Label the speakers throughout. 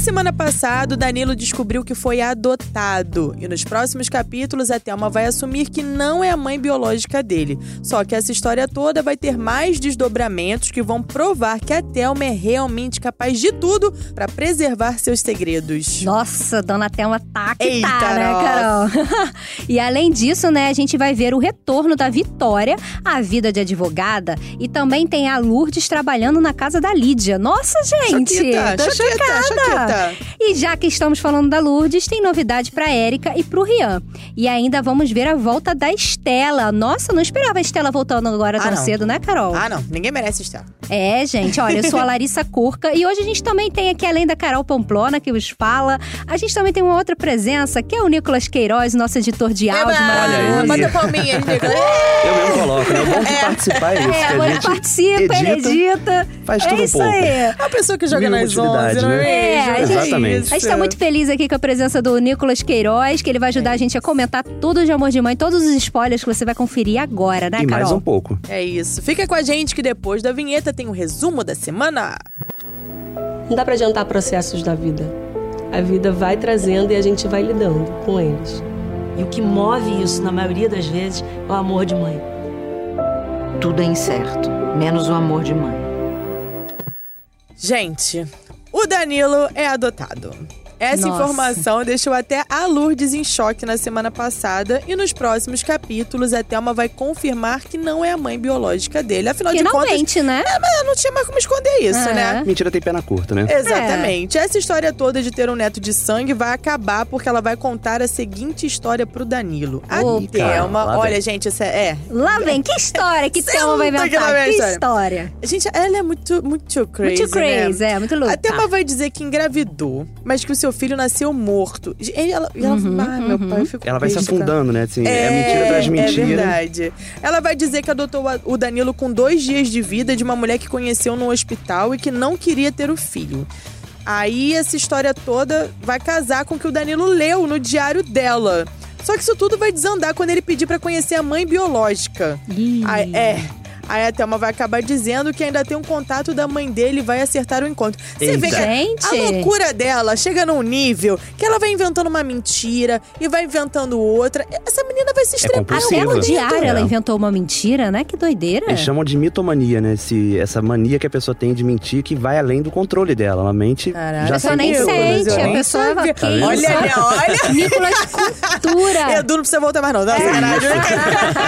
Speaker 1: semana passada, Danilo descobriu que foi adotado e nos próximos capítulos a Thelma vai assumir que não é a mãe biológica dele. Só que essa história toda vai ter mais desdobramentos que vão provar que a Thelma é realmente capaz de tudo para preservar seus segredos.
Speaker 2: Nossa, Dona Thelma tá que
Speaker 1: Eita,
Speaker 2: tá, né, Carol? e além disso, né, a gente vai ver o retorno da Vitória à vida de advogada e também tem a Lourdes trabalhando na casa da Lídia. Nossa, gente!
Speaker 1: Choqueta,
Speaker 2: tô
Speaker 1: choqueta,
Speaker 2: chocada.
Speaker 1: choqueta.
Speaker 2: E já que estamos falando da Lourdes, tem novidade pra Érica e pro Rian. E ainda vamos ver a volta da Estela. Nossa, não esperava a Estela voltando agora
Speaker 1: Ah,
Speaker 2: tão
Speaker 1: não.
Speaker 2: cedo, né, Carol?
Speaker 1: Ah, não. Ninguém merece estar.
Speaker 2: É, gente, olha, eu sou a Larissa Corca e hoje a gente também tem aqui, além da Carol Pamplona, que os fala, a gente também tem uma outra presença, que é o Nicolas Queiroz, nosso editor de áudio
Speaker 3: Olha aí.
Speaker 2: maravilhoso.
Speaker 1: Bota palminhas, Nico.
Speaker 3: Eu mesmo coloco, né? O bom de participar é isso,
Speaker 2: É,
Speaker 3: que a
Speaker 2: agora ele
Speaker 3: gente
Speaker 2: participa, ele
Speaker 3: edita,
Speaker 2: edita.
Speaker 3: faz tudo
Speaker 2: É
Speaker 3: um
Speaker 2: isso
Speaker 3: pouco.
Speaker 2: aí.
Speaker 1: A pessoa que joga
Speaker 3: Mil
Speaker 1: nas 11,
Speaker 3: utilidade,
Speaker 1: não é
Speaker 3: né?
Speaker 1: mesmo?
Speaker 2: É,
Speaker 3: Exatamente.
Speaker 2: A gente tá muito feliz aqui com a presença do Nicolas Queiroz, que ele vai
Speaker 3: É
Speaker 2: ajudar a gente a comentar tudo de Amor de Mãe, todos os spoilers que você vai conferir agora, né,
Speaker 3: E mais
Speaker 2: Carol?
Speaker 3: um pouco.
Speaker 1: É isso. Fica com a gente que depois da vinheta tem o resumo da semana.
Speaker 4: Não dá para adiantar processos da vida. A vida vai trazendo e a gente vai lidando com eles.
Speaker 5: E o que move isso, na maioria das vezes, é o amor de mãe.
Speaker 6: Tudo é incerto, menos o amor de mãe.
Speaker 1: Gente, o Danilo é adotado. Essa
Speaker 2: Nossa.
Speaker 1: informação deixou até a Lourdes em choque na semana passada e nos próximos capítulos a Thelma vai confirmar que não é a mãe biológica dele. Afinal de contas,
Speaker 2: Finalmente, né?
Speaker 1: ela não tinha mais como esconder isso,
Speaker 2: Aham.
Speaker 1: né?
Speaker 3: Mentira tem pena curta,
Speaker 2: É.
Speaker 3: né?
Speaker 1: Exatamente. Essa história toda de ter um neto de sangue vai acabar porque ela vai contar a seguinte história pro Danilo. A
Speaker 2: Opa.
Speaker 3: Lá
Speaker 1: Thelma,
Speaker 3: vem.
Speaker 1: olha, gente, essa é.
Speaker 2: Lá vem, que história
Speaker 3: é
Speaker 2: que Thelma vai
Speaker 1: Senta aqui lá
Speaker 2: inventar,
Speaker 1: vem a
Speaker 2: que
Speaker 1: história.
Speaker 2: história.
Speaker 1: Gente, ela é muito, muito crazy.
Speaker 2: Muito
Speaker 1: né?
Speaker 2: crazy, é, muito louco.
Speaker 1: A Thelma vai dizer que engravidou, mas que o seu filho nasceu morto. E ela, e ela
Speaker 2: Uhum,
Speaker 1: ai, meu
Speaker 2: uhum.
Speaker 1: pai ficou
Speaker 3: Ela vai se afundando, né? Assim, é, mentira
Speaker 1: é
Speaker 3: atrás de
Speaker 1: É
Speaker 3: mentira.
Speaker 1: verdade. Ela vai dizer que adotou a- o Danilo com dois dias de vida de uma mulher que conheceu no hospital e que não queria ter o filho. Aí essa história toda vai casar com o que o Danilo leu no diário dela. Só que isso tudo vai desandar quando ele pedir pra conhecer a mãe biológica.
Speaker 2: Ih.
Speaker 1: Aí, é. Aí a Thelma vai acabar dizendo que ainda tem um contato da mãe dele e vai acertar o encontro. Você vê
Speaker 3: Eita.
Speaker 1: que
Speaker 2: Gente!
Speaker 1: a loucura dela chega num nível que ela vai inventando uma mentira e vai inventando outra. Essa menina vai
Speaker 3: É
Speaker 1: se estrepar.
Speaker 3: compulsiva.
Speaker 2: Até no
Speaker 3: Possível.
Speaker 2: diário ela
Speaker 3: É.
Speaker 2: inventou uma mentira, né? Que doideira.
Speaker 3: Eles chamam de mitomania, né? Esse, essa mania que a pessoa tem de mentir que vai além do controle dela. Ela mente
Speaker 1: Caraca,
Speaker 3: já
Speaker 2: a pessoa nem
Speaker 3: sem controle,
Speaker 2: sente,
Speaker 3: né?
Speaker 2: a
Speaker 1: Nem
Speaker 2: pessoa
Speaker 1: sabia.
Speaker 2: que
Speaker 3: Olha,
Speaker 2: isso?
Speaker 1: olha, olha.
Speaker 2: Nicolas Cultura.
Speaker 1: Edu, não precisa voltar mais não. Dá uma
Speaker 2: É.
Speaker 1: sacanagem.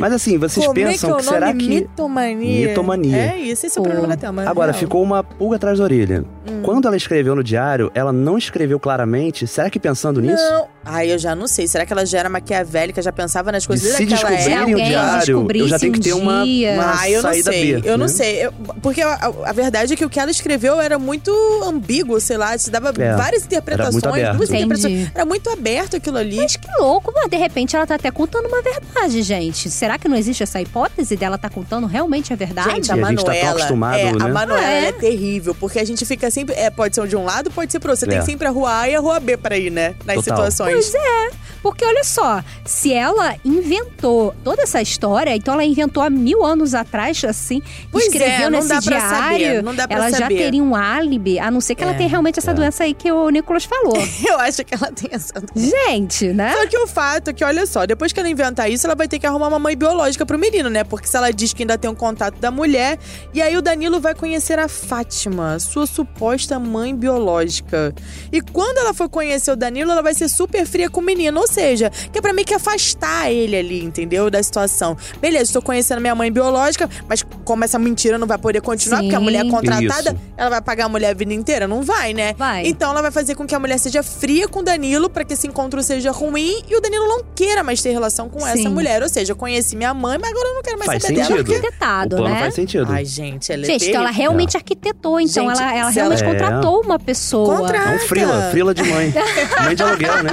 Speaker 3: Mas assim, vocês
Speaker 1: Como é que é
Speaker 3: pensam
Speaker 1: o
Speaker 3: que,
Speaker 1: nome?
Speaker 3: será que.
Speaker 1: Mitomania.
Speaker 3: Mitomania.
Speaker 1: É isso, esse é o problema da Thelma.
Speaker 3: Agora,
Speaker 1: Não.
Speaker 3: ficou uma pulga atrás da orelha. Quando ela escreveu no diário, ela não escreveu claramente. Será que pensando nisso?
Speaker 1: Não. Ai, eu já não sei. Será que ela já era maquiavélica, já pensava nas
Speaker 3: De
Speaker 1: coisas
Speaker 3: se
Speaker 1: daquela época?
Speaker 3: descobrirem o
Speaker 2: é alguém
Speaker 3: diário, eu já
Speaker 2: descobrisse
Speaker 3: tenho que ter
Speaker 2: um
Speaker 3: uma,
Speaker 2: dia.
Speaker 3: uma
Speaker 1: Ah, eu não
Speaker 3: saída
Speaker 1: sei.
Speaker 3: B.
Speaker 1: eu não
Speaker 3: né?
Speaker 1: sei. Eu- porque a, a- a verdade é que o que ela escreveu era muito ambíguo, sei lá, se dava
Speaker 3: É,
Speaker 1: várias interpretações,
Speaker 3: muito aberto.
Speaker 1: duas
Speaker 2: Entendi.
Speaker 1: interpretações. Era muito aberto aquilo ali.
Speaker 2: Mas que louco, mano. De repente ela tá até contando uma verdade, gente. Será que não existe essa hipótese dela tá contando realmente a verdade?
Speaker 1: Gente,
Speaker 3: E
Speaker 1: a,
Speaker 3: a gente tá tão
Speaker 1: Manuela,
Speaker 3: acostumado,
Speaker 1: é, a
Speaker 3: né?
Speaker 1: Manuela
Speaker 2: É.
Speaker 1: ela é terrível, porque a gente fica sempre, é, pode ser um de um lado, pode ser pro outro. Você tem
Speaker 3: É.
Speaker 1: sempre a rua A e a rua B pra ir, né, nas
Speaker 3: Total.
Speaker 1: situações.
Speaker 2: Porque olha só, se ela inventou toda essa história, então ela inventou há mil anos atrás, assim,
Speaker 1: Pois é,
Speaker 2: escreveu
Speaker 1: não
Speaker 2: nesse
Speaker 1: dá pra
Speaker 2: diário,
Speaker 1: saber, não dá pra
Speaker 2: ela já
Speaker 1: saber.
Speaker 2: teria um álibi, a não ser que ela
Speaker 1: É,
Speaker 2: tenha realmente essa
Speaker 3: é.
Speaker 2: doença aí que o Nicolas falou.
Speaker 1: Eu acho que ela tem essa
Speaker 2: gente, né?
Speaker 1: Só que o fato é que, olha só, depois que ela inventar isso, ela vai ter que arrumar uma mãe biológica pro menino, né? Porque se ela diz que ainda tem um contato da mulher, e aí o Danilo vai conhecer a Fátima, sua suposta mãe biológica. E quando ela for conhecer o Danilo, ela vai ser super fria com o menino, ou seja, que é pra meio que afastar ele ali, entendeu? Da situação. Beleza, estou conhecendo minha mãe biológica, mas como essa mentira não vai poder continuar,
Speaker 2: Sim.
Speaker 1: porque a mulher é contratada,
Speaker 3: Isso.
Speaker 1: ela vai pagar a mulher a vida inteira? Não vai, né?
Speaker 2: Vai.
Speaker 1: Então ela vai fazer com que a mulher seja fria com o Danilo pra que esse encontro seja ruim e o Danilo não queira mais ter relação com
Speaker 2: Sim.
Speaker 1: essa mulher. Ou seja, eu conheci minha mãe, mas agora eu não quero mais
Speaker 3: Faz
Speaker 1: saber
Speaker 3: sentido.
Speaker 1: dela.
Speaker 3: O
Speaker 2: Arquitetado,
Speaker 3: plano
Speaker 2: né?
Speaker 3: faz sentido.
Speaker 1: Porque... Ai, gente, ela é
Speaker 2: Gente, então ela
Speaker 1: terrível.
Speaker 2: realmente arquitetou, então
Speaker 1: Gente,
Speaker 2: ela, ela
Speaker 1: se ela-
Speaker 2: realmente
Speaker 3: É.
Speaker 2: contratou uma pessoa.
Speaker 1: Contra-
Speaker 3: É um frila,
Speaker 1: Caraca.
Speaker 3: frila de mãe. mãe de aluguel, né?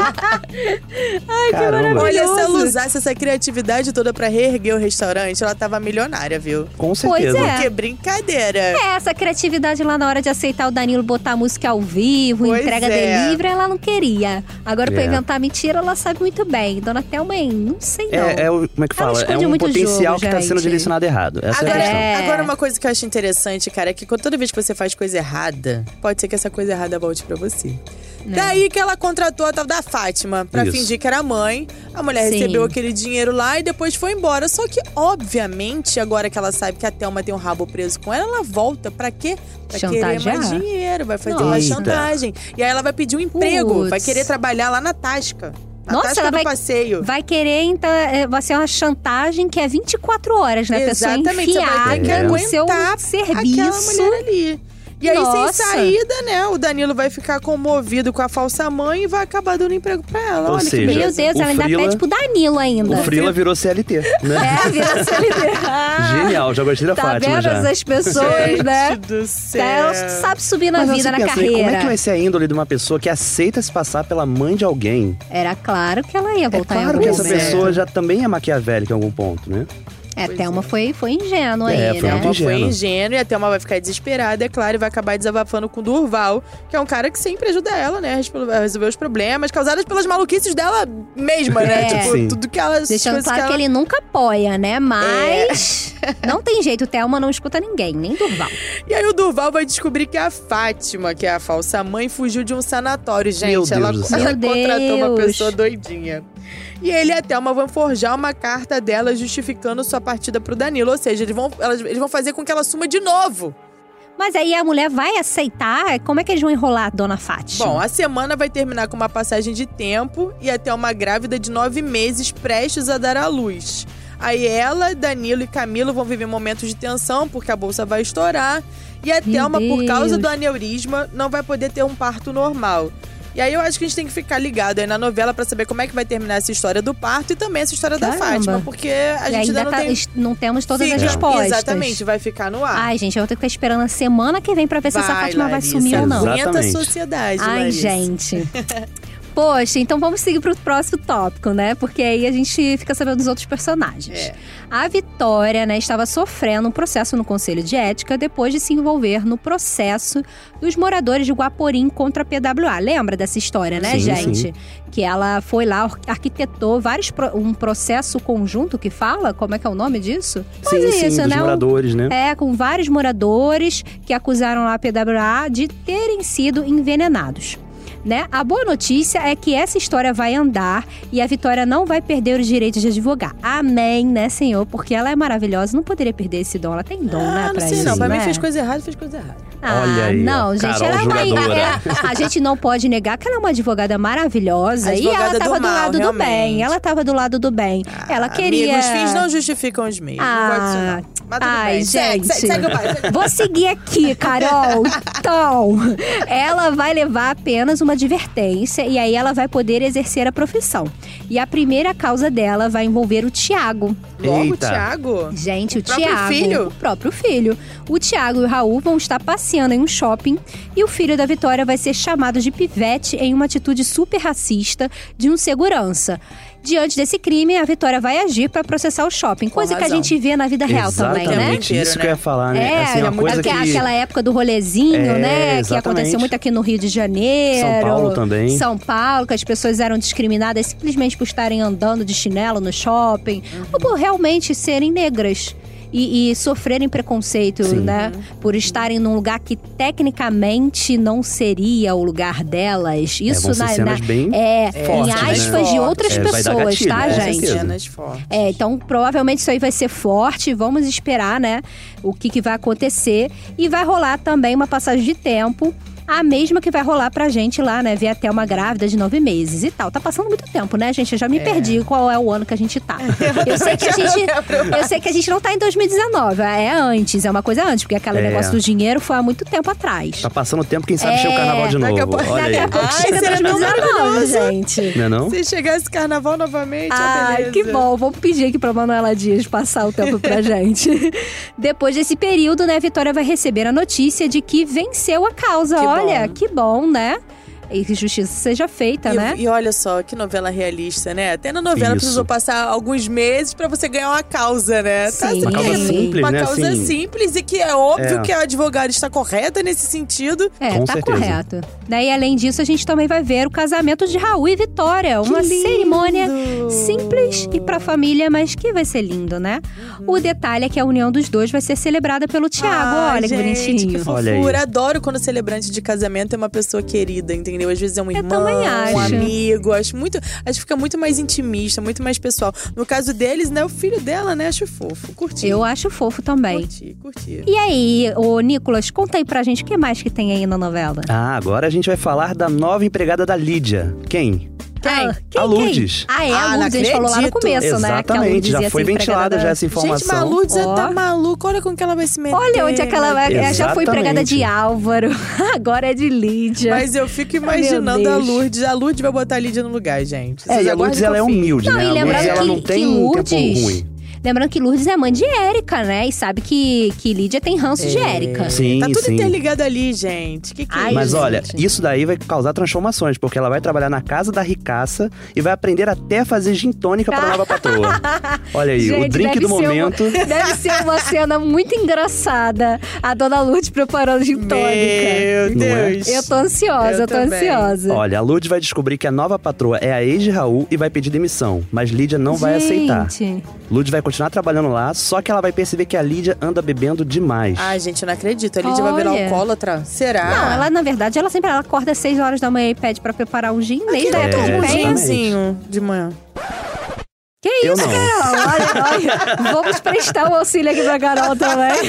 Speaker 3: Ai, Caramba.
Speaker 1: Olha, se ela
Speaker 2: Maravilhoso.
Speaker 1: usasse essa criatividade toda pra reerguer o restaurante, ela tava milionária, viu?
Speaker 3: Com certeza.
Speaker 2: Pois É.
Speaker 1: Que brincadeira.
Speaker 2: É, essa criatividade lá lá na hora de aceitar o Danilo botar música ao vivo,
Speaker 1: Pois
Speaker 2: entrega
Speaker 1: é.
Speaker 2: delivery, ela não queria. Agora, pra
Speaker 3: É.
Speaker 2: inventar mentira, ela sabe muito bem. Dona Thelma, hein? Não sei não.
Speaker 3: É, é o, como é que
Speaker 2: Ela
Speaker 3: fala? É
Speaker 2: esconde
Speaker 3: um
Speaker 2: muito
Speaker 3: potencial
Speaker 2: jogo,
Speaker 3: que tá sendo
Speaker 2: gente.
Speaker 3: direcionado errado. Essa é a
Speaker 1: Agora,
Speaker 3: questão.
Speaker 2: É.
Speaker 1: agora, uma coisa que eu acho interessante, cara, é que quando- toda vez que você faz coisa errada, pode ser que essa coisa errada volte pra você.
Speaker 2: Né.
Speaker 1: Daí que ela contratou a tal da Fátima pra
Speaker 3: Isso.
Speaker 1: fingir que era mãe. A mulher
Speaker 2: Sim.
Speaker 1: recebeu aquele dinheiro lá e depois foi embora. Só que, obviamente, agora que ela sabe que a Thelma tem um rabo preso com ela, ela volta pra quê? Pra querer
Speaker 2: Chantagear?
Speaker 1: mais dinheiro, vai fazer uma
Speaker 3: Nossa.
Speaker 1: chantagem. E aí ela vai pedir um emprego,
Speaker 2: Putz.
Speaker 1: vai querer trabalhar lá na Tasca. Na
Speaker 2: Nossa,
Speaker 1: Tasca
Speaker 2: ela
Speaker 1: do
Speaker 2: vai-
Speaker 1: passeio.
Speaker 2: Vai querer, então, é, vai ser uma chantagem que é 24 horas, né? A pessoa é
Speaker 1: Exatamente, você vai ter
Speaker 3: que
Speaker 2: enfiada no seu
Speaker 1: aguentar aquela
Speaker 2: serviço.
Speaker 1: mulher ali. E aí,
Speaker 2: É Nossa.
Speaker 1: sem saída, né? O Danilo vai ficar comovido com a falsa mãe e vai acabar dando emprego pra ela.
Speaker 3: Ou
Speaker 1: Olha
Speaker 3: seja,
Speaker 1: que
Speaker 2: Meu
Speaker 1: beleza.
Speaker 2: Deus,
Speaker 3: O
Speaker 2: ela ainda
Speaker 3: Frila-
Speaker 2: pede pro Danilo ainda.
Speaker 3: O Frila virou CLT, né?
Speaker 2: É, vira CLT.
Speaker 3: Genial, já gostei da
Speaker 2: Ah, Tá
Speaker 3: Fátima
Speaker 2: vendo
Speaker 3: já.
Speaker 2: essas pessoas,
Speaker 1: Gente
Speaker 2: né?
Speaker 1: do céu.
Speaker 2: Ela
Speaker 3: É
Speaker 2: sabe subir na
Speaker 3: Mas
Speaker 2: vida,
Speaker 3: eu
Speaker 2: na
Speaker 3: sempre pensei,
Speaker 2: carreira.
Speaker 3: Como é que vai ser a índole de uma pessoa que aceita se passar pela mãe de alguém?
Speaker 2: Era claro que ela ia
Speaker 3: É
Speaker 2: voltar em
Speaker 3: claro
Speaker 2: algum
Speaker 3: que essa
Speaker 2: momento.
Speaker 3: pessoa já também é maquiavélica em algum ponto, né?
Speaker 2: É, Thelma foi, foi ingênua
Speaker 3: É,
Speaker 2: aí,
Speaker 3: foi
Speaker 2: né?
Speaker 1: Ela
Speaker 3: muito
Speaker 1: foi
Speaker 3: ingênua.
Speaker 1: ingênua e a Thelma vai ficar desesperada, é claro, e vai acabar desabafando com o Durval, que é um cara que sempre ajuda ela, né? a respol- A resolver os problemas causados pelas maluquices dela mesma, né?
Speaker 2: É.
Speaker 1: Tipo,
Speaker 3: Sim.
Speaker 1: tudo que ela. as
Speaker 2: Deixando
Speaker 1: coisas
Speaker 2: claro que, é
Speaker 1: ela-
Speaker 2: ele nunca apoia, né? Mas não tem jeito, Thelma não escuta ninguém, nem Durval.
Speaker 1: E aí o Durval vai descobrir que a Fátima, que é a falsa mãe, fugiu de um sanatório, gente.
Speaker 3: Meu Deus
Speaker 1: ela
Speaker 3: do céu.
Speaker 1: ela
Speaker 2: Meu
Speaker 1: contratou uma
Speaker 2: Deus.
Speaker 1: pessoa doidinha. E ele e a Thelma vão forjar uma carta dela justificando sua partida pro Danilo. Ou seja, eles vão, elas- eles vão fazer com que ela suma de novo.
Speaker 2: Mas aí a mulher vai aceitar? Como é que eles vão enrolar a dona Fátima?
Speaker 1: Bom, a semana vai terminar com uma passagem de tempo e até uma grávida de nove meses prestes a dar à luz. Aí ela, Danilo e Camilo vão viver momentos de tensão porque a bolsa vai estourar e a
Speaker 2: Meu
Speaker 1: Thelma, por causa
Speaker 2: Deus.
Speaker 1: do aneurisma, não vai poder ter um parto normal. E aí eu acho que a gente tem que ficar ligado aí na novela pra saber como é que vai terminar essa história do parto e também essa história da
Speaker 2: Caramba.
Speaker 1: Fátima, porque a
Speaker 2: E
Speaker 1: gente ainda,
Speaker 2: ainda
Speaker 1: não
Speaker 2: tá-
Speaker 1: tem
Speaker 2: est- não temos todas as
Speaker 1: Fica-
Speaker 2: respostas.
Speaker 1: Exatamente, vai ficar no ar.
Speaker 2: Ai, gente, eu vou ter que ficar esperando a semana que vem pra ver se essa Fátima
Speaker 1: Larissa,
Speaker 2: vai sumir ou não.
Speaker 3: Exato.
Speaker 1: Aguenta a
Speaker 3: Exatamente.
Speaker 1: sociedade,
Speaker 2: Ai,
Speaker 1: Larissa.
Speaker 2: gente. Poxa, então vamos seguir pro próximo tópico, né? Porque aí a gente fica sabendo dos outros personagens.
Speaker 1: É.
Speaker 2: A Vitória, né, estava sofrendo um processo no Conselho de Ética depois de se envolver no processo dos moradores de Guaporim contra a PWA. Lembra dessa história, né,
Speaker 3: Sim,
Speaker 2: gente?
Speaker 3: sim.
Speaker 2: Que ela foi lá, ar- arquitetou vários pro- um processo conjunto que fala, como é que é o nome disso? Mas
Speaker 3: sim,
Speaker 2: é
Speaker 3: sim,
Speaker 2: isso,
Speaker 3: dos
Speaker 2: né? Um-
Speaker 3: moradores, né?
Speaker 2: É, com vários moradores que acusaram lá a PWA de terem sido envenenados. Né? A boa notícia é que essa história vai andar e a Vitória não vai perder o direito de advogar. Amém, né, senhor? Porque ela é maravilhosa, não poderia perder esse dom. Ela tem dom, né,
Speaker 1: Ah, não
Speaker 2: pra
Speaker 1: sei
Speaker 2: isso,
Speaker 1: não. Pra mim
Speaker 2: né?
Speaker 1: fez coisa errada, fez coisa errada.
Speaker 2: Ah,
Speaker 3: Olha aí,
Speaker 2: não,
Speaker 3: ó,
Speaker 2: gente,
Speaker 3: Carol
Speaker 2: ela é uma,
Speaker 3: jogadora.
Speaker 2: ela- a gente não pode negar que ela é uma advogada maravilhosa e ela
Speaker 1: Advogada do
Speaker 2: tava do,
Speaker 1: mal,
Speaker 2: lado do bem.
Speaker 1: realmente. Ah,
Speaker 2: Ela tava do lado do bem. ela queria
Speaker 1: Amigos, fins não justificam os meios.
Speaker 2: Ah.
Speaker 1: Não gosto disso, não. Mas tudo
Speaker 2: Ai,
Speaker 1: bem. Segue,
Speaker 2: gente.
Speaker 1: segue, segue o baile, segue.
Speaker 2: Vou seguir aqui, Carol. Então, ela vai levar apenas uma advertência e aí ela vai poder exercer a profissão. E a primeira causa dela vai envolver o Tiago.
Speaker 1: Logo,
Speaker 3: Eita.
Speaker 1: Thiago.
Speaker 2: Gente, o,
Speaker 1: O próprio
Speaker 2: Tiago.
Speaker 1: filho?
Speaker 2: O próprio filho. O Tiago e o Raul vão estar passeando em um shopping e o filho da Vitória vai ser chamado de pivete em uma atitude super racista de um segurança. Diante desse crime, a Vitória vai agir para processar o shopping, coisa que a
Speaker 1: razão.
Speaker 2: gente vê na vida real
Speaker 3: Exatamente,
Speaker 2: também, né?
Speaker 1: Inteiro,
Speaker 3: isso
Speaker 1: né?
Speaker 3: que eu ia falar, né?
Speaker 2: É,
Speaker 3: assim, uma
Speaker 1: muito-
Speaker 3: coisa que
Speaker 2: Aquela, aquela época do rolezinho,
Speaker 3: É,
Speaker 2: né? Que
Speaker 3: exatamente.
Speaker 2: aconteceu muito aqui no Rio de Janeiro.
Speaker 3: São Paulo também.
Speaker 2: São Paulo, que as pessoas eram discriminadas simplesmente por estarem andando de chinelo no shopping. Ou por realmente serem negras. E, e sofrerem preconceito,
Speaker 3: Sim.
Speaker 2: né? Por estarem num lugar que tecnicamente não seria o lugar delas.
Speaker 3: É,
Speaker 2: Isso
Speaker 3: vão ser
Speaker 2: na, na-
Speaker 3: cenas bem
Speaker 2: é,
Speaker 3: fortes,
Speaker 2: em
Speaker 3: né?
Speaker 2: aspas de outras
Speaker 3: É, vai dar
Speaker 2: pessoas,
Speaker 3: gatilho,
Speaker 2: tá,
Speaker 3: com
Speaker 2: gente?
Speaker 3: certeza.
Speaker 1: Cenas fortes.
Speaker 2: É, então provavelmente isso aí vai ser forte. Vamos esperar, né? O que, que vai acontecer. E vai rolar também uma passagem de tempo. A mesma que vai rolar pra gente lá, né? Ver até uma grávida de nove meses e tal. Tá passando muito tempo, né, gente? Eu já me perdi qual é o ano que a gente tá. Eu sei que a gente.
Speaker 1: É
Speaker 2: Eu sei que a gente não tá em 2019, é antes, é uma coisa antes, porque aquele
Speaker 3: É.
Speaker 2: negócio do dinheiro foi há muito tempo atrás.
Speaker 3: Tá passando o tempo, quem sabe
Speaker 2: É,
Speaker 3: chega o carnaval de
Speaker 1: daqui a
Speaker 3: novo.
Speaker 1: pouco-
Speaker 3: Olha
Speaker 2: Daqui
Speaker 3: aí.
Speaker 2: a pouco
Speaker 1: Ai,
Speaker 2: chega
Speaker 1: seria tão
Speaker 2: 2019,
Speaker 1: maravilhoso.
Speaker 2: gente.
Speaker 3: Não é não?
Speaker 1: Se chegar esse carnaval novamente, a
Speaker 2: Ai,
Speaker 1: Ah, beleza.
Speaker 2: que bom. Vamos pedir aqui pra Manuela Dias passar o tempo pra gente. Depois desse período, né, a Vitória vai receber a notícia de que venceu a causa.
Speaker 1: Que
Speaker 2: Olha,
Speaker 1: bom.
Speaker 2: que bom, né? e que justiça seja feita,
Speaker 1: e,
Speaker 2: né?
Speaker 1: e olha só, que novela realista, né? Até na novela
Speaker 3: Isso.
Speaker 1: precisou passar alguns meses pra você ganhar uma causa, né?
Speaker 2: Sim.
Speaker 3: Uma causa
Speaker 1: certo.
Speaker 3: simples,
Speaker 1: uma
Speaker 3: né?
Speaker 1: causa
Speaker 3: Assim,
Speaker 1: simples e que é óbvio
Speaker 3: É.
Speaker 1: que a advogada está correta nesse sentido.
Speaker 2: É,
Speaker 3: Com
Speaker 2: tá
Speaker 3: certeza.
Speaker 2: correto. Daí, além disso, a gente também vai ver o casamento de Raul e Vitória. Uma cerimônia simples e pra família, mas que vai ser lindo, né? O detalhe é que a união dos dois vai ser celebrada pelo Tiago.
Speaker 1: Ai,
Speaker 2: Olha que
Speaker 1: Ah, gente, Que
Speaker 2: bonitinho.
Speaker 3: Olha aí.
Speaker 1: fofura. Adoro quando o celebrante de casamento é uma pessoa querida, entendeu? Às vezes é um
Speaker 2: Eu
Speaker 1: irmão,
Speaker 2: também
Speaker 1: um
Speaker 2: acho.
Speaker 1: amigo. Acho muito. Acho que fica muito mais intimista, muito mais pessoal. No caso deles, né? O filho dela, né? Acho fofo. Curti.
Speaker 2: Eu acho fofo também.
Speaker 1: Curti, curti.
Speaker 2: E aí, ô Nicolas, conta aí pra gente o que mais que tem aí na novela.
Speaker 3: Ah, agora a gente vai falar da nova empregada da Lídia. Quem?
Speaker 2: Ah,
Speaker 3: A Lourdes.
Speaker 2: Ah, é,
Speaker 1: Ah,
Speaker 2: a
Speaker 1: não
Speaker 2: Lourdes, a gente falou lá no
Speaker 1: acredito.
Speaker 2: começo, né? Que a
Speaker 3: Exatamente,
Speaker 2: Lourdes
Speaker 3: já
Speaker 2: ia
Speaker 3: foi
Speaker 2: ser empregada
Speaker 3: ventilada já
Speaker 2: da-
Speaker 3: essa informação.
Speaker 1: Gente, Malu já
Speaker 2: Ó.
Speaker 1: tá maluca. Olha com que ela vai se meter.
Speaker 2: Olha onde aquela ela já foi
Speaker 3: Exatamente.
Speaker 2: empregada de Álvaro, agora é de Lídia.
Speaker 1: Mas eu fico imaginando
Speaker 2: Meu
Speaker 1: a
Speaker 2: Deus.
Speaker 1: Lourdes. A Lourdes vai botar a Lídia no lugar, gente.
Speaker 3: É,
Speaker 1: Vocês
Speaker 3: e a
Speaker 1: aguardem
Speaker 3: Lourdes
Speaker 1: que eu
Speaker 3: ela é
Speaker 1: fique.
Speaker 3: humilde,
Speaker 2: assim. Não,
Speaker 3: né?
Speaker 2: e
Speaker 3: A Lourdes
Speaker 2: lembrando
Speaker 3: ela
Speaker 2: que-
Speaker 3: não tem
Speaker 2: que Lourdes-
Speaker 3: tempo ruim.
Speaker 2: Lembrando que Lourdes é mãe de Érica, né? E sabe que, que Lídia tem ranço de
Speaker 3: É.
Speaker 2: Érica.
Speaker 3: Sim,
Speaker 1: Tá tudo
Speaker 3: sim.
Speaker 1: interligado ali, gente. Que que é
Speaker 2: Ai,
Speaker 1: isso?
Speaker 3: Mas olha,
Speaker 2: gente.
Speaker 3: isso daí vai causar transformações, porque ela vai trabalhar na casa da ricaça e vai aprender até a fazer gin tônica pra nova patroa. Olha aí, o
Speaker 2: Tá. Gente,
Speaker 3: drink
Speaker 2: deve
Speaker 3: do
Speaker 2: ser uma-
Speaker 3: momento.
Speaker 2: Deve ser uma cena muito engraçada. A dona Lourdes preparando gin tônica.
Speaker 1: Meu
Speaker 3: Não é?
Speaker 1: Deus.
Speaker 2: Eu tô ansiosa,
Speaker 1: Eu
Speaker 2: eu, tô
Speaker 1: também.
Speaker 2: ansiosa.
Speaker 3: Olha, a Lud vai descobrir que a nova patroa é a ex de Raul e vai pedir demissão, mas Lídia não vai aceitar.
Speaker 2: Gente,
Speaker 3: Lud vai continuar trabalhando lá, só que ela vai perceber que a Lídia anda bebendo demais.
Speaker 2: Ah,
Speaker 1: Ai, gente, eu não acredito. A Lídia vai virar
Speaker 2: Olha.
Speaker 1: alcoólatra? Será?
Speaker 2: Não, ela, na verdade, ela sempre ela acorda às 6 horas da manhã e pede pra preparar um gin desde a
Speaker 3: É,
Speaker 2: época de
Speaker 3: exatamente.
Speaker 2: penha.
Speaker 1: Pãozinho de manhã.
Speaker 2: assim, Que
Speaker 3: Eu
Speaker 2: isso,
Speaker 3: não.
Speaker 2: Carol? Olha, olha. Vamos prestar o auxílio aqui pra Carol também.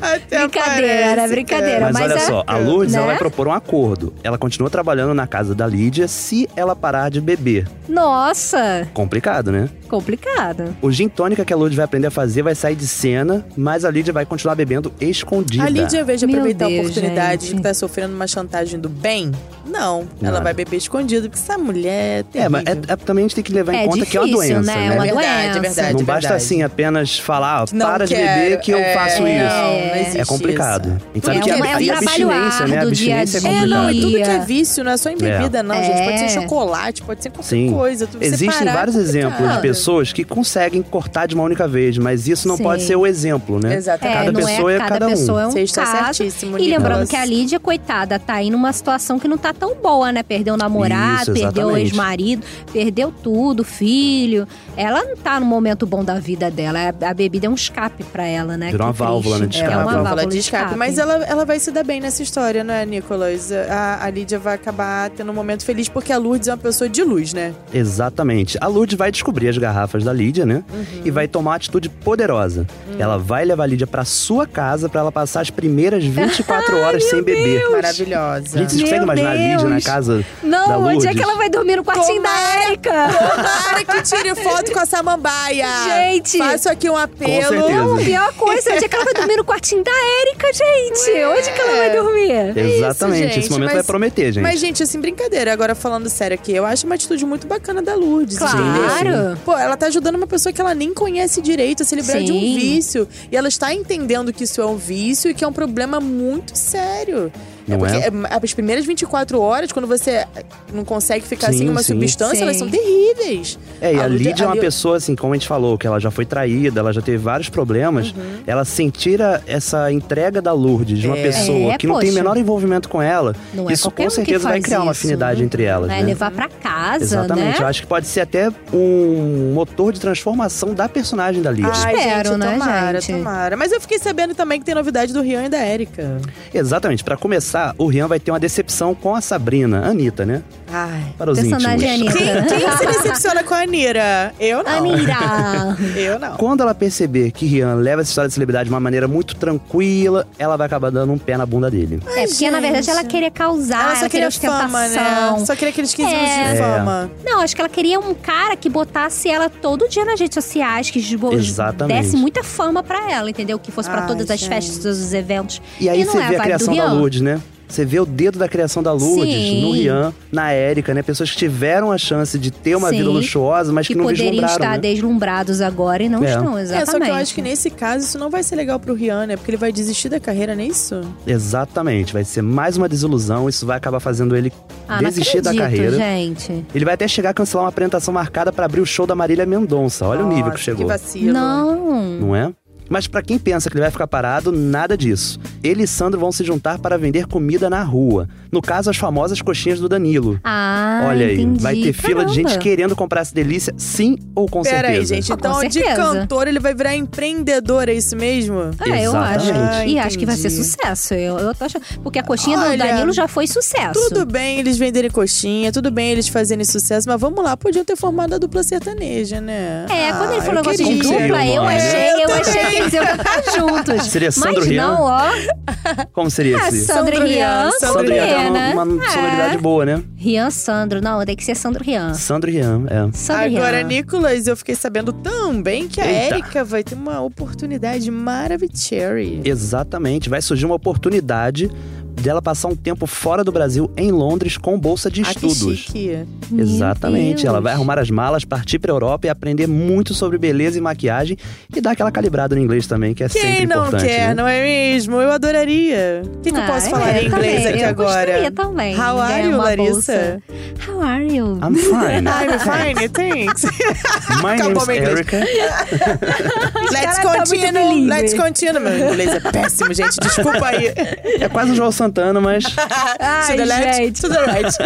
Speaker 1: Até
Speaker 2: Brincadeira,
Speaker 1: parece,
Speaker 2: brincadeira.
Speaker 3: Mas,
Speaker 2: mas
Speaker 3: olha
Speaker 2: é-
Speaker 3: só, a Lourdes ela
Speaker 2: né?
Speaker 3: vai propor um acordo. Ela continua trabalhando na casa da Lídia se ela parar de beber.
Speaker 2: Nossa,
Speaker 3: Complicado, né?
Speaker 2: complicado.
Speaker 3: O gin tônica que a Lourdes vai aprender a fazer vai sair de cena, mas a Lídia vai continuar bebendo escondida.
Speaker 1: A Lídia, ao invés de
Speaker 2: Meu
Speaker 1: aproveitar a
Speaker 2: Deus,
Speaker 1: oportunidade de
Speaker 2: gente.
Speaker 1: que tá sofrendo uma chantagem do bem, não. Ela
Speaker 3: Não.
Speaker 1: vai beber escondido, porque essa mulher é
Speaker 3: É, mas
Speaker 1: terrível.
Speaker 3: é- é- também a gente tem que levar
Speaker 2: É
Speaker 3: em conta que é uma
Speaker 2: difícil,
Speaker 3: doença,
Speaker 2: né?
Speaker 3: né?
Speaker 2: É uma
Speaker 1: É verdade,
Speaker 2: doença.
Speaker 1: é verdade.
Speaker 3: não basta
Speaker 1: verdade.
Speaker 3: assim apenas falar, ó,
Speaker 1: Não
Speaker 3: para de
Speaker 1: quero,
Speaker 3: beber que eu
Speaker 1: é,
Speaker 3: faço
Speaker 1: não,
Speaker 3: isso.
Speaker 1: não
Speaker 2: É.
Speaker 1: existe
Speaker 3: É complicado. A gente sabe
Speaker 1: Tudo
Speaker 3: que
Speaker 1: que é
Speaker 3: a- aí a
Speaker 2: trabalho
Speaker 3: abstinência, né? A
Speaker 2: árduo, dia a
Speaker 3: abstinência é
Speaker 2: dia.
Speaker 1: É, não,
Speaker 3: complicada.
Speaker 1: e tudo que é
Speaker 2: Maria.
Speaker 1: vício, não é só em bebida, não,
Speaker 2: É.
Speaker 1: gente. Pode ser
Speaker 2: É.
Speaker 1: chocolate, pode ser qualquer
Speaker 3: Sim.
Speaker 1: coisa. Tu
Speaker 3: Existem
Speaker 1: separar é
Speaker 3: vários
Speaker 1: complicado.
Speaker 3: exemplos de pessoas que conseguem cortar de uma única vez, mas isso não
Speaker 2: Sim.
Speaker 3: pode ser o exemplo, né?
Speaker 2: É,
Speaker 1: Exatamente.
Speaker 3: Cada
Speaker 2: não
Speaker 3: pessoa
Speaker 2: é,
Speaker 3: é
Speaker 2: cada,
Speaker 3: cada um.
Speaker 2: pessoa é um
Speaker 1: Você está
Speaker 2: caso.
Speaker 1: certíssimo,
Speaker 2: E lembrando
Speaker 1: Nicolas.
Speaker 2: que a Lídia, coitada, tá aí numa situação que não tá tão boa, né? Perdeu o namorado,
Speaker 3: Isso,
Speaker 2: perdeu o
Speaker 3: exatamente.
Speaker 2: ex-marido, perdeu tudo, filho. Ela não tá no momento bom da vida dela. A- A bebida é um escape pra ela, né?
Speaker 3: Virou
Speaker 2: Que
Speaker 3: uma
Speaker 2: triste.
Speaker 3: válvula, né, de escape.
Speaker 2: É uma
Speaker 3: Válvula
Speaker 2: válvula
Speaker 1: de escape. Mas ela, ela vai se dar bem nessa história, não é, Nicolas? A, a Lídia vai acabar tendo um momento feliz, porque a Lourdes é uma pessoa de luz, né?
Speaker 3: Exatamente. A Lud vai descobrir as garrafas da Lídia, né?
Speaker 2: Uhum.
Speaker 3: E vai tomar uma atitude poderosa. Ela vai levar a Lídia pra sua casa pra ela passar as primeiras 24 horas sem beber.
Speaker 1: Maravilhosa.
Speaker 3: Gente, vocês
Speaker 2: Meu
Speaker 3: conseguem imaginar a Lídia na
Speaker 2: Deus.
Speaker 3: casa? da
Speaker 2: Não, onde é
Speaker 3: Lourdes.
Speaker 2: que ela vai dormir no quartinho
Speaker 1: é?
Speaker 2: da Érica?
Speaker 1: Tomara que tire foto com a samambaia.
Speaker 2: Gente.
Speaker 1: Faço aqui um apelo.
Speaker 3: certeza.
Speaker 2: Não, pior coisa, onde é que ela vai dormir no quartinho da Érica, gente? Onde é que ela vai dormir?
Speaker 3: Exatamente.
Speaker 1: gente,
Speaker 3: Esse momento
Speaker 1: mas-
Speaker 3: vai prometer, gente.
Speaker 1: Mas, gente, assim, brincadeira. Agora, falando sério aqui, eu acho uma atitude muito bacana da Lourdes, entendeu?
Speaker 2: Claro.
Speaker 1: Pô, ela tá ajudando uma pessoa que ela nem conhece direito a se livrar de um
Speaker 2: Sim.
Speaker 1: vício. E ela está entendendo que isso é um vício e que é um problema muito sério.
Speaker 3: Não
Speaker 1: porque
Speaker 3: é?
Speaker 1: é, as primeiras 24 horas, quando você não consegue ficar
Speaker 3: Sim,
Speaker 1: sem uma
Speaker 3: sim.
Speaker 1: substância,
Speaker 2: Sim.
Speaker 1: elas são terríveis.
Speaker 3: É, e
Speaker 1: A
Speaker 3: a,
Speaker 1: Lídia-
Speaker 3: Lídia é
Speaker 1: a
Speaker 3: uma
Speaker 1: Lí-
Speaker 3: pessoa, assim, como a gente falou, que ela já foi traída, ela já teve vários problemas. Ela sentir a- essa entrega da Lourdes de uma
Speaker 1: É.
Speaker 3: pessoa
Speaker 2: Uhum. É,
Speaker 3: que não tem o
Speaker 2: poxa.
Speaker 3: menor envolvimento com ela,
Speaker 2: Não é
Speaker 3: isso
Speaker 2: qualquer um
Speaker 3: com
Speaker 2: que
Speaker 3: certeza vai
Speaker 2: faz
Speaker 3: criar uma
Speaker 2: isso,
Speaker 3: afinidade
Speaker 2: né?
Speaker 3: entre elas.
Speaker 2: Vai
Speaker 3: né?
Speaker 2: levar pra casa,
Speaker 3: Exatamente.
Speaker 2: né?
Speaker 3: Eu acho que pode ser até um motor de transformação da personagem da Lídia.
Speaker 1: Ai,
Speaker 2: Espero,
Speaker 1: gente,
Speaker 2: né,
Speaker 1: tomara,
Speaker 2: gente?
Speaker 1: tomara. Mas eu fiquei sabendo também que tem novidade do Rian e da Érica.
Speaker 3: Exatamente. Pra começar, o Rian vai ter uma decepção com a Sabrina, a Anitta, né?
Speaker 1: Ai.
Speaker 3: Para os
Speaker 2: Personagem
Speaker 3: íntimos.
Speaker 2: Anitta.
Speaker 1: Quem se decepciona com a Anira? Eu
Speaker 2: Ah,
Speaker 1: não.
Speaker 2: Anira.
Speaker 1: Eu não.
Speaker 3: Quando ela perceber que Rian leva essa história de celebridade de uma maneira muito tranquila, ela vai acabar dando um pé na bunda dele.
Speaker 2: É, porque na verdade ela queria causar,
Speaker 1: ela só queria fama,
Speaker 2: ostentação.
Speaker 1: né? Só queria aqueles 15 anos
Speaker 3: É.
Speaker 1: de fama.
Speaker 2: Não, acho que ela queria um cara que botasse ela todo dia nas redes sociais, que esbo-
Speaker 3: Exatamente.
Speaker 2: desse muita fama pra ela, entendeu? Que fosse pra
Speaker 1: Ai,
Speaker 2: todas as
Speaker 1: gente.
Speaker 2: festas, todos os eventos.
Speaker 3: E aí
Speaker 2: E não
Speaker 3: você
Speaker 2: é a
Speaker 3: vê
Speaker 2: vibe
Speaker 3: a
Speaker 2: do
Speaker 3: criação da
Speaker 2: Rian?
Speaker 3: Lourdes, né? Você vê o dedo da criação da Lourdes
Speaker 2: Sim.
Speaker 3: no Rian, na Érica, né? Pessoas que tiveram a chance de ter uma
Speaker 2: Sim.
Speaker 3: vida luxuosa, mas que,
Speaker 2: que
Speaker 3: não
Speaker 2: poderiam
Speaker 3: vislumbraram.
Speaker 2: estar
Speaker 3: né?
Speaker 2: deslumbrados agora e não
Speaker 3: É.
Speaker 2: estão,
Speaker 1: É,
Speaker 2: exatamente.
Speaker 1: só que eu acho que nesse caso isso não vai ser legal pro Rian, né? Porque ele vai desistir da carreira, não é isso?
Speaker 3: Exatamente. Vai ser mais uma desilusão. Isso vai acabar fazendo ele
Speaker 2: ah, não
Speaker 3: desistir da
Speaker 2: acredito,
Speaker 3: carreira.
Speaker 2: gente.
Speaker 3: Ele vai até chegar a cancelar uma apresentação marcada pra abrir o show da Marília Mendonça. Olha o nível
Speaker 1: Nossa,
Speaker 3: que chegou.
Speaker 1: Que vacilo.
Speaker 2: Não.
Speaker 3: não é? Mas pra quem pensa que ele vai ficar parado, nada disso. Ele e Sandro vão se juntar para vender comida na rua. No caso, as famosas coxinhas do Danilo.
Speaker 2: Ah,
Speaker 3: Olha aí,
Speaker 2: entendi.
Speaker 3: vai ter fila de gente
Speaker 2: Caramba.
Speaker 3: querendo comprar essa delícia, sim ou com
Speaker 1: Pera aí,
Speaker 3: certeza.
Speaker 1: gente.
Speaker 2: Ah, com
Speaker 1: Então, de
Speaker 2: certeza.
Speaker 1: cantor, ele vai virar empreendedor, é isso mesmo?
Speaker 2: Ah, eu acho.
Speaker 3: Exatamente.
Speaker 2: E acho que vai ser
Speaker 1: Entendi.
Speaker 2: sucesso. Eu, eu tô achando. Porque a coxinha
Speaker 1: Olha,
Speaker 2: do Danilo já foi sucesso.
Speaker 1: Tudo bem eles venderem coxinha, tudo bem eles fazerem sucesso, mas vamos lá, podiam ter formado a dupla sertaneja, né?
Speaker 2: É,
Speaker 1: Ah,
Speaker 2: quando ele falou
Speaker 1: eu
Speaker 2: negócio de
Speaker 1: queria.
Speaker 3: Conseguiu,
Speaker 2: dupla, eu
Speaker 3: mano.
Speaker 2: achei, eu
Speaker 1: Eu
Speaker 2: achei que eles iam cantar juntos.
Speaker 3: Ah, Seria Sandro
Speaker 2: Mas
Speaker 3: Rian?
Speaker 2: não, ó.
Speaker 3: Como seria
Speaker 2: Ah,
Speaker 3: esse?
Speaker 2: Sandro
Speaker 1: Sandro
Speaker 2: e Rian,
Speaker 1: Rian,
Speaker 2: Sandro
Speaker 1: Sandro
Speaker 2: e
Speaker 3: Rian
Speaker 2: Rian, né?
Speaker 3: tem uma, uma sonoridade
Speaker 2: É. Ah.
Speaker 3: boa, né?
Speaker 2: Rian, Sandro. Não, tem que ser Sandro e Rian.
Speaker 3: Sandro e Rian, é.
Speaker 2: Sandro e
Speaker 1: Agora,
Speaker 2: Rian.
Speaker 1: Nicolas, eu fiquei sabendo também que a
Speaker 3: Eita.
Speaker 1: Erika vai ter uma oportunidade maravilhosa.
Speaker 3: Exatamente, vai surgir uma oportunidade dela passar um tempo fora do Brasil, em Londres, com bolsa de
Speaker 1: Ah, que
Speaker 3: estudos.
Speaker 1: chique.
Speaker 2: Meu
Speaker 3: Exatamente.
Speaker 2: Deus.
Speaker 3: Ela vai arrumar as malas, partir pra Europa e aprender muito sobre beleza e maquiagem e dar aquela calibrada no inglês também, que é sempre
Speaker 1: Quem não
Speaker 3: importante.
Speaker 1: quer,
Speaker 3: né?
Speaker 1: não é mesmo? Eu adoraria. O que, que eu posso
Speaker 2: Ah,
Speaker 1: falar
Speaker 2: eu
Speaker 1: em inglês
Speaker 2: também,
Speaker 1: aqui
Speaker 2: eu gostaria
Speaker 1: agora?
Speaker 2: também.
Speaker 1: How are
Speaker 2: Ganhar
Speaker 1: you,
Speaker 2: uma
Speaker 1: Larissa?
Speaker 2: bolsa. Tá. How are you?
Speaker 3: I'm fine.
Speaker 1: I'm fine, thanks.
Speaker 3: My
Speaker 1: Acabou
Speaker 3: name's
Speaker 1: meu inglês.
Speaker 3: Erica.
Speaker 1: Let's
Speaker 2: cara tá muito
Speaker 1: continue,
Speaker 2: bilíngue.
Speaker 1: let's continue. Meu inglês é péssimo, gente, desculpa aí.
Speaker 3: É quase o João Santana, mas
Speaker 2: Ai,
Speaker 1: to the left,
Speaker 2: gente.
Speaker 1: to the right.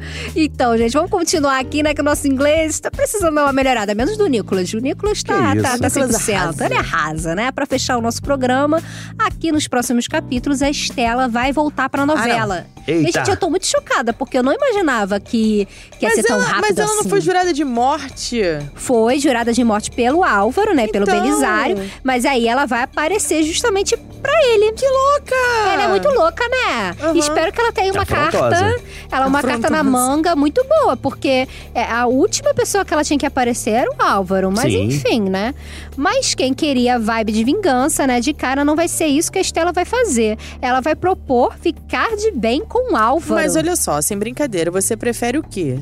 Speaker 2: Então, gente, vamos continuar aqui, né? Que o nosso inglês tá precisando dar uma melhorada. Menos do Nicolas. O Nicolas tá,
Speaker 3: Que isso.
Speaker 2: tá, tá
Speaker 1: Nicolas
Speaker 2: 100%.
Speaker 1: arrasa.
Speaker 2: Ele arrasa, né? Pra fechar o nosso programa, aqui nos próximos capítulos, a Estela vai voltar
Speaker 1: Ah,
Speaker 2: pra novela. E,
Speaker 3: eita.
Speaker 2: gente, eu tô muito chocada, porque eu não imaginava que, que ia ser tão
Speaker 1: ela,
Speaker 2: rápido
Speaker 1: mas ela
Speaker 2: assim.
Speaker 1: não foi jurada de morte.
Speaker 2: Foi jurada de morte pelo Álvaro, né? Pelo
Speaker 1: Então.
Speaker 2: Belisário. Mas aí ela vai aparecer justamente pra ele. Que louca! Ela é muito louca, né?
Speaker 1: Uhum.
Speaker 2: Espero que ela
Speaker 3: tá
Speaker 2: tenha uma
Speaker 3: Afrontosa.
Speaker 2: carta. Ela é uma carta na
Speaker 1: Afrontosa.
Speaker 2: manga muito boa, porque é, a última pessoa que ela tinha que aparecer era o Álvaro. Mas
Speaker 3: Sim.
Speaker 2: enfim, né? Mas quem queria a vibe de vingança, né? De cara, não vai ser isso que a Estela vai fazer. Ela vai propor ficar de bem com o Álvaro.
Speaker 1: Mas olha só, sem brincadeira, você prefere o quê?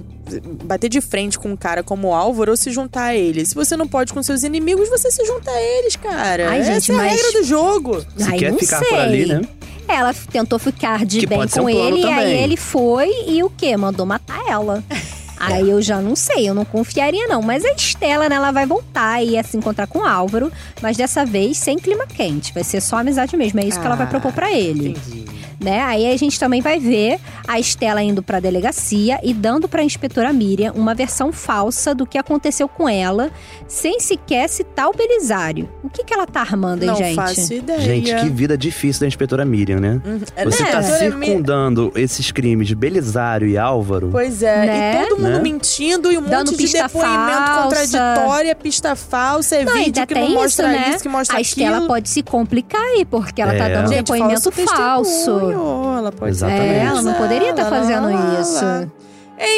Speaker 1: Bater de frente com um cara como o Álvaro ou se juntar a ele? Se você não pode com seus inimigos, você se junta a eles, cara.
Speaker 2: Ai,
Speaker 1: Essa
Speaker 2: gente,
Speaker 1: é a
Speaker 2: mas-
Speaker 1: regra do jogo.
Speaker 3: se
Speaker 2: Ai,
Speaker 3: quer
Speaker 2: não
Speaker 3: ficar
Speaker 2: sei.
Speaker 3: por ali, né?
Speaker 2: Ela f- tentou ficar de
Speaker 3: Que
Speaker 2: bem
Speaker 3: pode ser um
Speaker 2: com
Speaker 3: plano
Speaker 2: ele, e aí
Speaker 3: também.
Speaker 2: ele foi e o quê? Mandou matar ela. Aí eu já não sei, eu não confiaria não. Mas a Estela, né, ela vai voltar e ia se encontrar com o Álvaro, mas dessa vez sem clima quente. Vai ser só amizade mesmo, é isso que ela vai
Speaker 1: Ah,
Speaker 2: propor pra ele.
Speaker 1: Entendi.
Speaker 2: Né? Aí a gente também vai ver a Estela indo pra delegacia e dando pra inspetora Miriam uma versão falsa do que aconteceu com ela, sem sequer citar o Belisário. O que que ela tá armando, hein,
Speaker 1: Não
Speaker 2: gente?
Speaker 1: faço ideia.
Speaker 3: Gente, que vida difícil da inspetora Miriam, né?
Speaker 1: Uhum.
Speaker 3: Você
Speaker 1: Né?
Speaker 3: tá
Speaker 1: Doutora Mi-
Speaker 3: circundando esses crimes de Belisário e Álvaro.
Speaker 1: Pois é,
Speaker 2: Né?
Speaker 1: e todo mundo
Speaker 3: Né?
Speaker 1: mentindo e um
Speaker 2: Dando
Speaker 1: monte de
Speaker 2: pista
Speaker 1: depoimento
Speaker 2: falsa.
Speaker 1: contraditória, pista falsa, é
Speaker 2: Não, ainda
Speaker 1: vídeo que não
Speaker 2: tem
Speaker 1: mostra
Speaker 2: isso, né?
Speaker 1: isso, que mostra
Speaker 2: A
Speaker 1: aquilo.
Speaker 2: Estela pode se complicar aí, porque ela tá
Speaker 3: É.
Speaker 2: dando
Speaker 1: Gente,
Speaker 2: depoimento falso.
Speaker 1: testemunho, Ela pode
Speaker 3: Exatamente.
Speaker 2: É, ela não poderia estar
Speaker 1: Lá, lá,
Speaker 2: fazendo
Speaker 1: lá, lá.
Speaker 2: isso.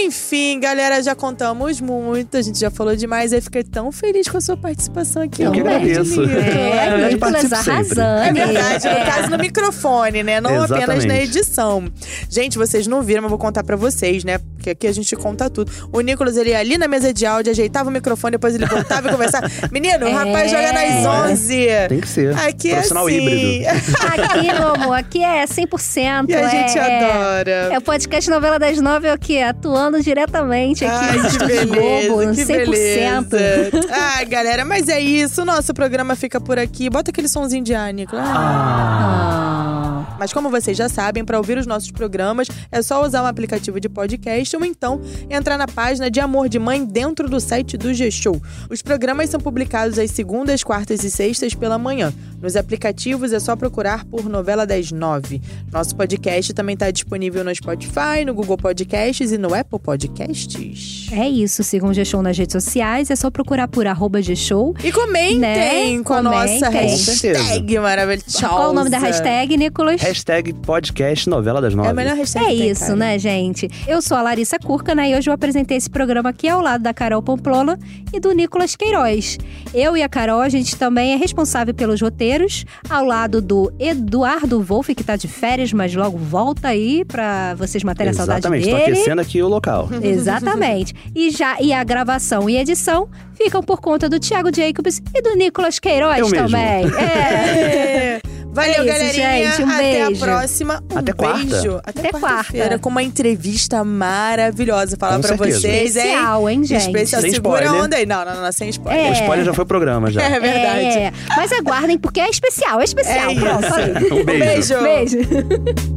Speaker 1: Enfim, galera, já contamos muito, a gente já falou demais. Eu fiquei tão feliz com a sua participação aqui.
Speaker 2: Eu
Speaker 1: no
Speaker 2: que
Speaker 1: Nerd
Speaker 3: agradeço.
Speaker 1: News.
Speaker 3: É, eu
Speaker 2: É, Nicolas
Speaker 3: participo sempre.
Speaker 2: arrasando.
Speaker 1: É verdade, no caso no microfone, né? Não apenas na
Speaker 3: Exatamente.
Speaker 1: edição. Gente, vocês não viram, mas eu vou contar pra vocês, né? Porque aqui a gente conta tudo. O Nicolas, ele ia ali na mesa de áudio, ajeitava o microfone, depois ele voltava e conversava. Menino, o rapaz
Speaker 2: É.
Speaker 1: joga nas 11.
Speaker 3: Tem que ser.
Speaker 1: Aqui é
Speaker 3: Profissional
Speaker 1: assim.
Speaker 3: híbrido.
Speaker 2: Aqui, meu amor, aqui é 100%.
Speaker 1: E a gente
Speaker 2: é,
Speaker 1: adora.
Speaker 2: É o podcast Novela das Nove, é o quê? Atuando diretamente aqui
Speaker 1: Ai,
Speaker 2: no
Speaker 1: que
Speaker 2: Estúdio Globo,
Speaker 1: beleza,
Speaker 2: no
Speaker 1: que
Speaker 2: 100%.
Speaker 1: beleza. Ah, galera, mas é isso. Nosso programa fica por aqui. Bota aquele sonzinho de Anne, claro.
Speaker 3: Ah,
Speaker 2: Ah,
Speaker 1: Mas como vocês já sabem, para ouvir os nossos programas, é só usar um aplicativo de podcast ou então entrar na página de Amor de Mãe dentro do site do G-Show. Os programas são publicados às segundas, quartas e sextas pela manhã. Nos aplicativos é só procurar por Novela das Nove. Nosso podcast também está disponível no Spotify, no Google Podcasts e no Apple Podcasts.
Speaker 2: é isso, sigam o G-Show nas redes sociais, é só procurar por arroba G-Show.
Speaker 1: E comentem
Speaker 2: Né?
Speaker 1: com a nossa
Speaker 2: Comentem.
Speaker 3: Com certeza.
Speaker 1: hashtag maravilhosa.
Speaker 2: Qual o nome da hashtag, Nicolas?
Speaker 3: hashtag podcast novela das nove.
Speaker 1: É a melhor hashtag.
Speaker 2: É
Speaker 1: que tem,
Speaker 2: isso,
Speaker 1: cara.
Speaker 2: né, gente? Eu sou a Larissa Curca, né? E hoje eu apresentei esse programa aqui ao lado da Carol Pamplona e do Nicolas Queiroz. Eu e a Carol, a gente também é responsável pelos roteiros Medeiros, ao lado do Eduardo Wolff, que tá de férias, mas logo volta aí pra vocês matarem a saudade
Speaker 3: Exatamente, tô
Speaker 2: dele.
Speaker 3: aquecendo aqui o local.
Speaker 2: Exatamente. E já e a gravação e edição ficam por conta do Thiago Jacobs e do Nicolas Queiroz
Speaker 3: Eu mesmo.
Speaker 2: também. É.
Speaker 1: É. Valeu,
Speaker 2: É isso,
Speaker 1: galerinha.
Speaker 2: gente, um
Speaker 1: Até
Speaker 2: beijo.
Speaker 1: a próxima. Um
Speaker 3: Até quarta.
Speaker 1: beijo. Até,
Speaker 2: Até
Speaker 1: quarta-feira
Speaker 2: quarta.
Speaker 1: com uma entrevista maravilhosa. Falar
Speaker 3: Com
Speaker 1: pra
Speaker 3: certeza.
Speaker 1: vocês, hein?
Speaker 2: Especial, hein, gente?
Speaker 1: Especial.
Speaker 3: Sem
Speaker 1: Segura
Speaker 3: spoiler.
Speaker 1: a onda aí. Não, não, não, sem spoiler.
Speaker 2: É.
Speaker 3: O spoiler já foi o programa já.
Speaker 1: É verdade.
Speaker 2: É, mas aguardem, porque é especial, é especial.
Speaker 1: É
Speaker 2: Pronto,
Speaker 1: isso.
Speaker 2: falei.
Speaker 3: Um beijo.
Speaker 1: Beijo.
Speaker 2: Beijo.